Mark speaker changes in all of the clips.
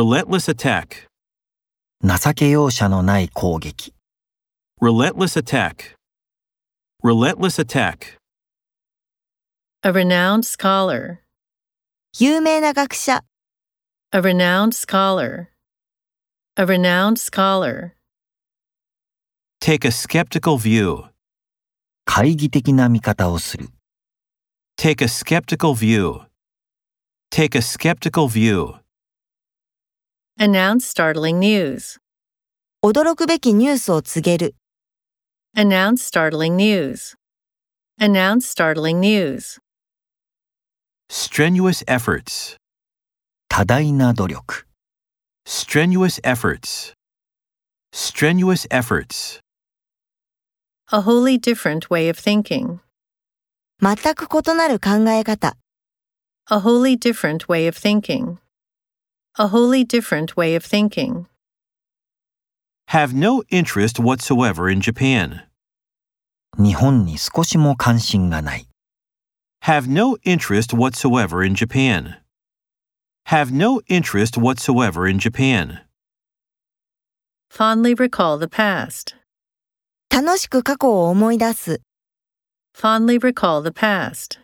Speaker 1: Relentless attack.
Speaker 2: 情け容赦のない攻撃
Speaker 1: Relentless attack. Relentless attack.
Speaker 3: a renowned scholar,
Speaker 4: 有名な学者、
Speaker 3: a renowned scholar, a renowned scholar,
Speaker 1: Take a skeptical view.
Speaker 2: 懐疑的な見方をする
Speaker 1: Take a skeptical view. Take a skeptical view.
Speaker 3: announce startling news,
Speaker 4: 驚くべきニュースを告げる、
Speaker 3: announce startling news, announce startling news,
Speaker 1: Strenuous efforts.
Speaker 2: 多大な努力
Speaker 1: Strenuous efforts. Strenuous efforts.
Speaker 3: a wholly different way of thinking,
Speaker 4: 全く異なる考え方、
Speaker 3: a wholly different way of thinking, a wholly different way of thinking,
Speaker 1: Have no interest whatsoever in Japan.
Speaker 2: 日本に少しも関心がない
Speaker 1: Have no interest whatsoever in Japan. Have no interest whatsoever in Japan.
Speaker 3: fondly recall the past,
Speaker 4: 楽しく過去を思い出す、
Speaker 3: fondly recall the past,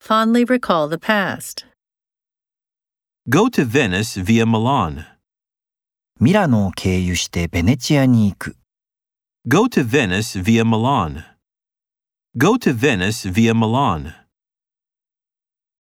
Speaker 3: fondly recall the past,
Speaker 1: Go to Venice via Milan.
Speaker 2: ミラノを経由してベネチアに行く
Speaker 1: Go to Venice via Milan. Go to Venice via Milan.